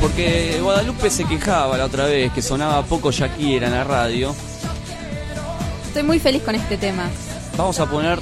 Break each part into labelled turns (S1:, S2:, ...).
S1: Porque Guadalupe se quejaba la otra vez que sonaba poco Shakira en la radio.
S2: Estoy muy feliz con este tema.
S1: Vamos a poner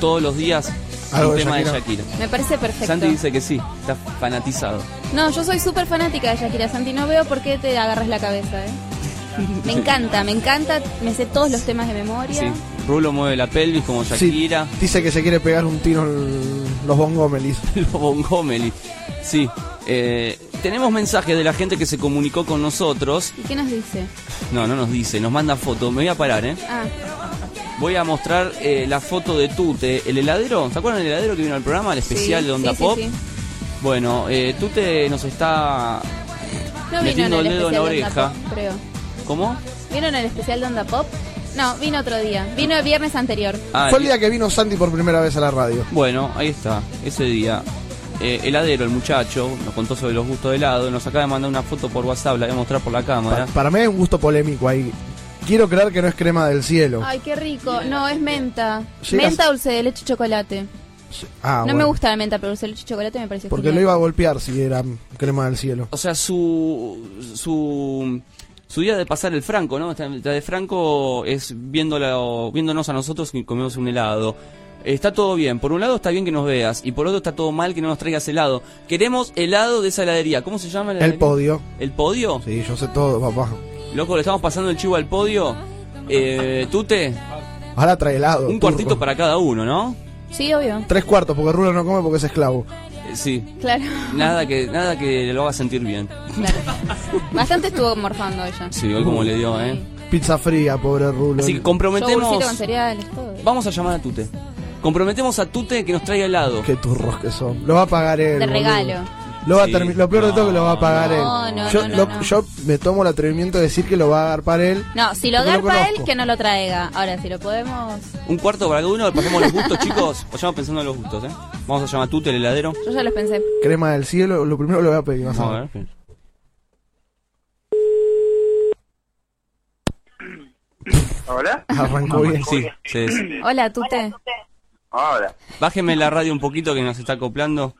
S1: todos los días
S3: Algo
S1: un
S3: de
S1: tema de
S3: Shakira.
S1: Shakira.
S2: Me parece perfecto.
S1: Santi dice que sí, está fanatizado.
S2: No, yo soy súper fanática de Shakira, Santi. No veo por qué te agarras la cabeza, ¿eh? Me encanta, me encanta. Me sé todos los temas de memoria.
S1: Sí. Rulo mueve la pelvis como
S3: Sí,
S1: Shakira.
S3: dice que se quiere pegar un tiro en los bongomelis.
S1: Lobo Montgomery. Sí. eh, tenemos mensajes de la gente que se comunicó con nosotros.
S2: ¿Y qué nos dice?
S1: No, no nos dice, nos manda fotos. Me voy a parar, ¿eh?
S2: Ah,
S1: Voy a mostrar eh, la foto de Tute, el heladero. ¿Se acuerdan del heladero que vino al programa, el especial
S2: sí,
S1: de Onda
S2: sí, sí,
S1: Pop?
S2: sí.
S1: Bueno, eh, Tute nos está.
S2: No vino en
S1: Metiendo
S2: el
S1: el dedo en la
S2: especial de Onda
S1: oreja.
S2: Pop, creo.
S1: ¿Cómo?
S2: ¿Vieron el especial de Onda Pop? No, vino otro día. Vino el viernes anterior.
S1: Ah,
S3: Fue el día que vino Sandy por primera vez a la radio.
S1: Bueno, ahí está, ese día. Eh, heladero, el muchacho, nos contó sobre los gustos de helado. Nos acaba de mandar una foto por WhatsApp, la voy a mostrar por la
S3: Pa-
S1: cámara.
S3: para mí hay un gusto polémico ahí. Quiero creer que no es crema del cielo.
S2: Ay, qué rico. No, es menta.
S3: Llegas-
S2: Menta, dulce de leche y chocolate.
S3: Ah,
S2: no
S3: bueno.
S2: me gusta la menta, pero dulce de leche y chocolate me parece
S3: Porque lo iba a golpear si era crema del cielo.
S1: O sea, su. su. Su día de pasar el Franco, ¿no? Está- La de Franco es viéndolo- viéndonos a nosotros y comemos un helado. Está todo bien. Por un lado está bien que nos veas. Y por otro está todo mal que no nos traigas helado. Queremos helado de esa heladería. ¿Cómo se llama la
S3: El
S1: heladería?
S3: podio.
S1: ¿El podio?
S3: Sí, yo sé todo, papá.
S1: Loco, le estamos pasando el chivo al podio. Eh, Tute,
S3: Ahora trae helado.
S1: un
S3: turco.
S1: cuartito para cada uno, ¿no?
S2: Sí, obvio.
S3: Tres cuartos, porque Rulo no come porque es esclavo.
S1: Eh, Sí,
S2: Claro.
S1: nada que nada que lo haga sentir bien.
S2: claro. Bastante estuvo morfando ella.
S1: Sí, hoy como le dio, ¿eh?
S3: Pizza fría, pobre Rulo.
S1: Así que
S2: Yogurcito
S1: comprometemos.
S2: con cereales, todo.
S1: Vamos a llamar a Tute. Comprometemos a Tute que nos traiga helado.
S3: Qué turros que son. Lo va a pagar él.
S2: De
S3: boludo.
S2: regalo.
S3: Lo, va a
S1: Sí.
S3: termi- lo peor de todo es que lo va a pagar
S2: No,
S3: él.
S2: no,
S3: yo,
S2: no,
S3: lo-
S2: no.
S3: yo me tomo el atrevimiento de decir que lo va a agarpar él.
S2: No, si lo
S3: Porque lo
S2: garpa él,
S3: conozco.
S2: que no lo traiga. Ahora, si lo podemos...
S1: Un cuarto para cada uno, pasemos los gustos, chicos. Vayamos pensando en los gustos, ¿eh? Vamos a llamar a Tute, el heladero.
S2: Yo ya los pensé.
S3: Crema del cielo, lo primero lo voy a pedir. vas a
S1: Vamos
S3: ver.
S1: a ver.
S4: ¿Hola?
S3: Arrancó bien.
S1: Sí, se des-
S2: Hola, Tute.
S4: Hola.
S1: Bájeme la radio un poquito que nos está acoplando.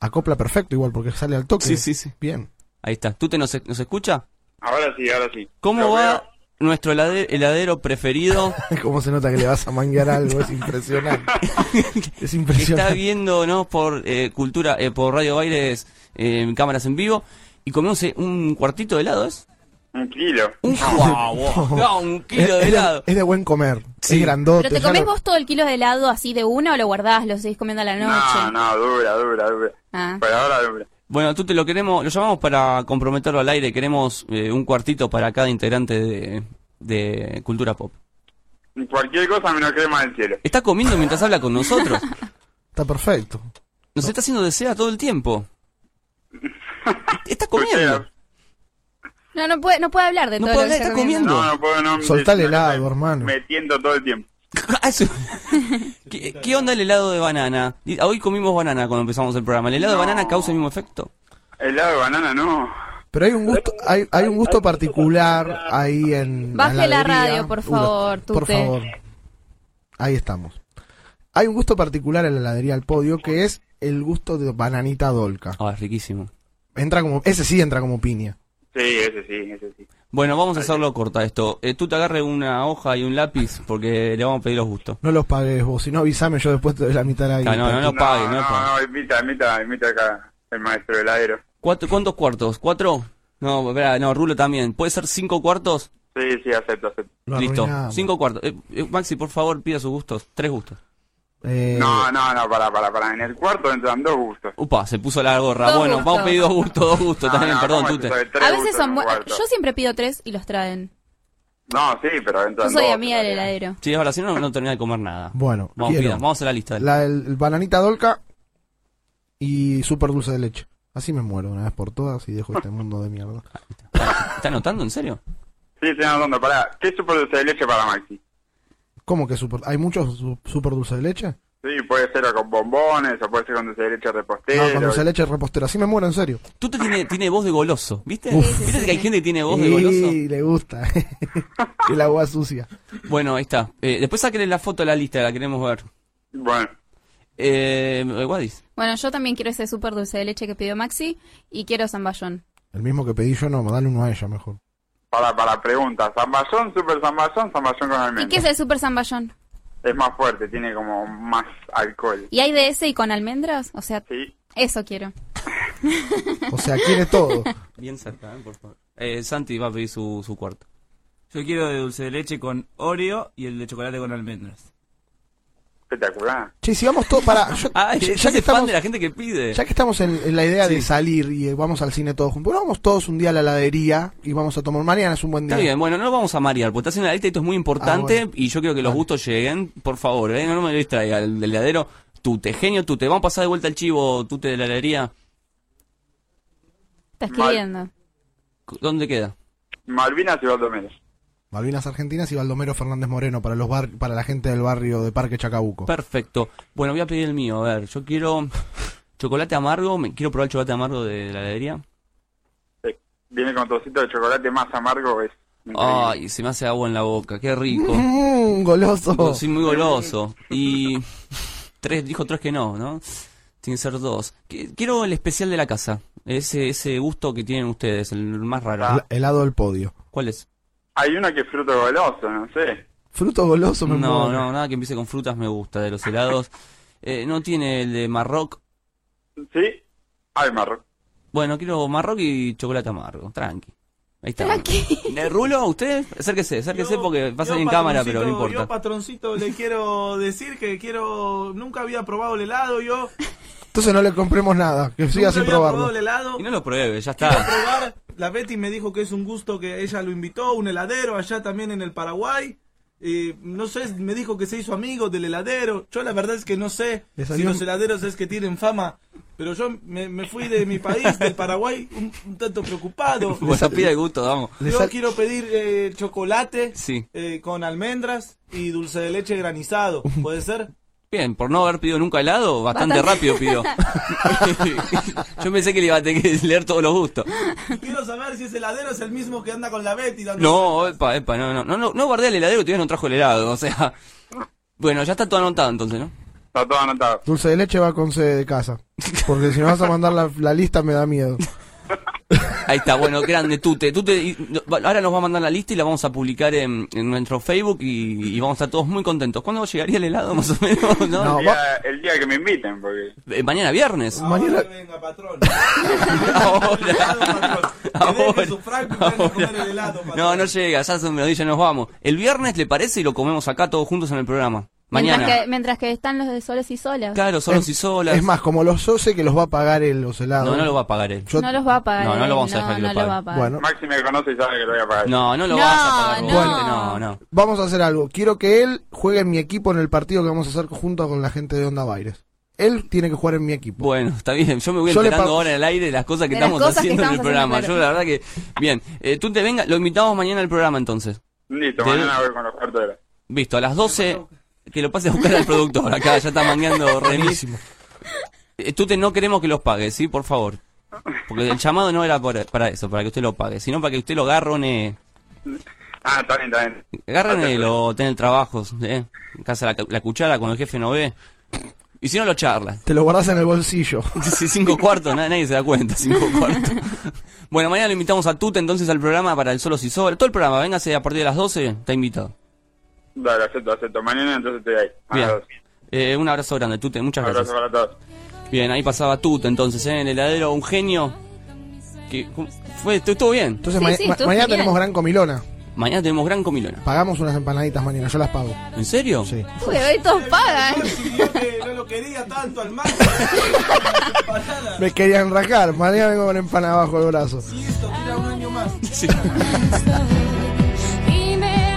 S3: Acopla perfecto igual porque sale al toque.
S1: Sí, sí, sí.
S3: Bien.
S1: Ahí está. ¿Tute nos, nos escucha?
S4: Ahora sí, ahora sí.
S1: ¿Cómo
S4: Lo
S1: va
S4: veo.
S1: nuestro helade- heladero preferido?
S3: Cómo se nota que le vas a manguear algo, es impresionante. Es
S1: que está
S3: impresionante.
S1: viéndonos por eh, cultura, eh, por Radio Bailes, eh, en cámaras en vivo, y comemos eh, un cuartito de helado, ¿es?
S4: Un kilo.
S1: Un, guau, no, un kilo de
S3: es,
S1: helado.
S3: es de buen comer.
S1: Sí.
S3: Es grandote.
S2: ¿Pero te
S3: ya
S2: comés
S3: lo-
S2: vos todo el kilo de helado así de una o lo guardás, lo seguís comiendo a la
S4: No,
S2: noche?
S4: no, dura, dura, dura.
S2: Ah.
S4: Por ahora dura.
S1: Bueno, tú te lo queremos, lo llamamos para comprometerlo al aire, queremos eh, un cuartito para cada integrante de, de Cultura Pop.
S4: Cualquier cosa menos crema del cielo.
S1: Está comiendo mientras habla con nosotros.
S3: Está perfecto.
S1: Nos está haciendo desea todo el tiempo. Está comiendo.
S4: Escuché,
S2: No, no puede, no puede hablar de
S1: No
S2: todo
S1: puede
S2: lo que
S1: hablar, está
S2: comiendo.
S4: No, no puedo, no.
S3: Soltá el
S4: me-
S3: helado,
S4: me-
S3: hermano.
S4: Me tiento todo el tiempo.
S1: Ah, eso- ¿Qué, qué onda el helado de banana? Di- Hoy comimos banana cuando empezamos el programa. ¿El helado de banana causa el mismo efecto?
S4: Helado de banana, no.
S3: Pero hay un gusto, hay, hay un gusto particular ahí en
S2: Baje la
S3: heladería.
S2: radio, por
S3: Uy,
S2: favor,
S3: por
S2: Tute.
S3: favor. Ahí estamos. Hay un gusto particular en la heladería al podio que es el gusto de bananita dolca.
S1: Ah, es riquísimo.
S3: Entra como, ese sí entra como piña.
S4: Sí, ese sí, ese sí.
S1: Bueno, vamos a hacerlo corta esto. Eh, tú te agarre una hoja y un lápiz porque le vamos a pedir los gustos.
S3: No los pagues vos, si no avisame yo después te doy la mitad de la
S1: Ah, no,
S3: guita.
S1: no, no pague, no
S4: no,
S1: pague.
S4: no, invita, invita, invita acá el maestro heladero.
S1: ¿Cuánto- ¿Cuántos cuartos? ¿Cuatro? No, espera, no, Rulo también. ¿Puede ser cinco cuartos?
S4: Sí, sí, acepto, acepto.
S3: Lo
S1: Listo,
S3: arruinamos.
S1: cinco cuartos. Eh, eh, Maxi, por favor, pida sus gustos. Tres gustos.
S3: Eh,
S4: No, no, no, para, para, para. En el cuarto entran dos gustos.
S1: Upa, se puso la gorra.
S2: Dos
S1: bueno, vamos a
S2: gustos.
S1: pedir dos gustos, dos gustos.
S4: Ah, No,
S1: también,
S4: no,
S1: perdón,
S4: ¿cómo
S1: Tute.
S4: es eso de tres
S2: A veces
S4: gustos en
S2: son
S4: un
S2: buenos.
S4: cuarto?
S2: Yo siempre pido tres y los traen.
S4: No, sí, pero
S2: Yo
S4: entran
S2: soy
S4: dos,
S2: amiga
S4: en
S2: del
S4: realidad.
S2: heladero.
S1: Sí, es verdad, si no, no termina de comer nada.
S3: Bueno,
S1: vamos,
S3: quiero.
S1: pidan, vamos a la lista.
S3: La del- el bananita dolca y super dulce de leche. Así me muero una vez por todas y dejo este mundo de mierda.
S1: ¿Está anotando, en serio?
S4: Sí, estoy anotando. Pará, ¿qué super dulce de leche para Maxi?
S3: ¿Cómo que super? ¿Hay muchos su- super dulce de leche?
S4: Sí, puede ser o con bombones, o puede ser con dulce de leche repostero.
S3: No, con dulce de
S4: y-
S3: leche repostera. Así me muero, en serio.
S1: Tú te tiene, tiene voz de goloso, ¿viste?
S3: Uf.
S1: ¿Viste que hay gente que tiene voz de goloso?
S3: Y le gusta. el agua sucia.
S1: Bueno, ahí está. Eh, después sáquenle la foto a la lista, la queremos ver.
S4: Bueno,
S1: Eh, Wadis.
S2: Bueno, yo también quiero ese súper dulce de leche que pidió Maxi y quiero zamballón.
S3: El mismo que pedí yo, no, dale uno a ella mejor.
S4: para, para preguntas. Zamballón, super zamballón, zamballón con
S2: ¿Y
S4: almendras.
S2: qué es el súper zamballón?
S4: Es más fuerte, tiene como más alcohol.
S2: ¿Y hay de ese y con almendras? O sea,
S4: Sí,
S2: eso quiero.
S3: O sea, quiere todo.
S1: Bien cerca, por favor. Eh, Santi va a pedir su, su cuarto.
S5: Yo quiero de dulce de leche con Oreo y el de chocolate con almendras.
S4: espectacular.
S3: Che, si vamos todos para... yo-
S1: Ah,
S3: ya, ya
S1: ya,
S3: que
S1: fan
S3: estamos,
S1: de la gente que pide.
S3: ya que estamos en, en la idea de salir y eh, vamos al cine todos juntos, bueno, vamos todos un día a la heladería y vamos a tomar... Mañana es un buen día.
S1: Está bien, bueno, no lo vamos a marear, porque está haciendo la lista y esto es muy importante
S3: Ah, bueno.
S1: y yo creo que los
S3: Vale.
S1: gustos lleguen, por favor, ¿eh? no, no me distraiga, el del heladero, tute, genio, tute, vamos a pasar de vuelta el chivo, tute de la heladería,
S2: Está escribiendo.
S1: ¿dónde queda?
S4: Malvinas y Valdomero.
S3: Malvinas Argentinas y Baldomero Fernández Moreno para los bar- para la gente del barrio de Parque Chacabuco.
S1: Perfecto, bueno, voy a pedir el mío, a ver, yo quiero chocolate amargo, me quiero probar el chocolate amargo de la heladería,
S4: Eh, Viene con trocito de chocolate más amargo, es increíble.
S1: ay, se me hace agua en la boca, qué rico,
S3: Mm, goloso.
S1: soy muy goloso, y tres, dijo tres que no, ¿no? Tiene que ser dos. Qui- Quiero el especial de la casa, ese, ese gusto que tienen ustedes, el más raro.
S3: Hel- helado del podio.
S1: ¿Cuál es?
S4: Hay uno que es fruto goloso, no sé.
S3: Fruto goloso me
S1: No,
S3: muero.
S1: no, nada que empiece con frutas me gusta, de los helados. Eh, no tiene el de Marroc.
S4: Sí, hay marro.
S1: Bueno, quiero Marroc y chocolate amargo, tranqui. Ahí está.
S2: Tranqui.
S1: Eh, ¿Rulo? ¿Usted? Acérquese, acérquese porque va a salir en cámara, pero no
S5: Yo,
S1: importa.
S5: patroncito, le quiero decir que quiero. Nunca había probado el helado yo.
S3: Entonces no le compremos nada, que siga
S5: nunca
S3: sin
S5: había
S3: probarlo.
S5: probado el helado.
S1: Y no lo pruebe, ya
S5: Quiero
S1: está.
S5: probar. La Betty me dijo que es un gusto que ella lo invitó, un heladero allá también en el Paraguay. Eh, no sé, me dijo que se hizo amigo del heladero. Yo la verdad es que no sé
S3: Le
S5: si
S3: salió-
S5: los heladeros es que tienen fama. Pero yo me, me fui de mi país, del Paraguay, un, un tanto preocupado.
S1: Bueno, pida el gusto, vamos.
S3: Le
S5: Yo
S3: sal-
S5: quiero pedir eh, chocolate
S1: Sí.
S5: eh, con almendras y dulce de leche granizado. ¿Puede ser?
S1: Bien, por no haber pedido nunca helado, bastante, rápido pidió. Yo pensé que le iba a tener que leer todos los gustos.
S5: Y Quiero saber si ese heladero es el mismo que anda con la Betty. dando-
S1: No, epa, epa, no, no, no, no, no guardé el heladero, todavía no trajo el helado, o sea. Bueno, ya está todo anotado entonces, ¿no?
S4: Está todo anotado.
S3: Dulce de leche va con sede de casa. Porque si me vas a mandar la, la lista me da miedo.
S1: Ahí está, bueno, grande, Tute. Tute, y- no, va- ahora nos va a mandar la lista y la vamos a publicar en, en nuestro Facebook y, y vamos a estar todos muy contentos. ¿Cuándo llegaría el helado, más o menos? no?
S3: No.
S4: El día, el día que me inviten, porque...
S1: Eh, mañana viernes.
S5: Ahora
S3: Mañana-
S5: que venga, patrón.
S1: Ahora.
S5: Que deje
S1: Ahora.
S5: su franco y venga a comer
S1: Ahora.
S5: el helado, patrón.
S1: No, no llega, ya se me lo di, ya nos vamos. El viernes, ¿le parece? Y lo comemos acá todos juntos en el programa. Mañana.
S2: Mientras que, mientras que están los de soles y solas.
S1: Claro, solos
S3: Es-
S1: y solas.
S3: Es ¿eh? más, como los sé que los va a pagar el los helados.
S1: No, no lo va a pagar él.
S3: Yo-
S2: No los va a pagar.
S1: No, no lo vamos a
S2: él,
S1: dejar que
S2: no,
S1: lo
S2: no
S1: pague.
S2: va a pagar.
S3: Bueno,
S4: Maxi me conoce y sabe que lo voy a pagar.
S1: No, no lo
S2: No,
S1: vas a pagar vos.
S2: no.
S1: No, no.
S3: vamos a hacer algo. Quiero que él juegue en mi equipo en el partido que vamos a hacer junto con la gente de Onda Baires. Él tiene que jugar en mi equipo.
S1: Bueno, está bien. Yo me voy
S3: Yo le
S1: enterando
S3: pago-
S1: ahora en el aire de las cosas que
S2: De las
S1: estamos
S2: cosas que
S1: haciendo en el
S2: estamos
S1: programa.
S2: haciendo,
S1: Yo la verdad que... Bien, eh, tú te venga, lo invitamos mañana al programa entonces.
S4: Listo,
S1: ¿Te-
S4: mañana voy con los cuartos de la...
S1: Visto, a las 12 que lo pases a buscar al productor. Acá ya está mangueando remis. Eh, tú te no queremos que los pagues, ¿sí? Por favor. Porque el llamado no era por- para eso, para que usted lo pague, sino para que usted lo garrone.
S4: Ah, está bien, está bien.
S1: Garronelo, ten el trabajo, ¿eh? Casa la, la cuchara cuando el jefe no ve. Y si no, lo charla.
S3: Te lo guardas en el bolsillo.
S1: Sí, cinco cuartos, na- nadie se da cuenta, cinco cuartos. Bueno, mañana lo invitamos a Tuta entonces al programa para el Solo y Sol. Todo el programa, véngase a partir de las 12, está invitado.
S4: Dale, acepto, acepto. Mañana entonces estoy ahí. A
S1: Bien.
S4: las dos.
S1: Eh, un abrazo grande, Tute, muchas
S4: Abrazo
S1: gracias.
S4: para todos.
S1: Bien, ahí pasaba Tuta entonces, ¿eh? en el heladero, un genio. Que ¿cómo fue, estu- estuvo bien.
S3: Entonces
S2: Sí,
S3: ma-
S2: sí,
S3: ma-
S2: estuvo
S3: mañana
S2: genial.
S3: tenemos gran comilona.
S1: Mañana tenemos gran comilona.
S3: Pagamos unas empanaditas mañana, yo las pago.
S1: ¿En serio?
S3: Sí.
S2: Uy, hoy todos pagan.
S5: Si yo que no lo quería tanto al mar.
S3: Me querían rajar, mañana vengo con empanada bajo el brazo.
S5: Y esto, mira, un año más.
S1: Sí.
S6: Y me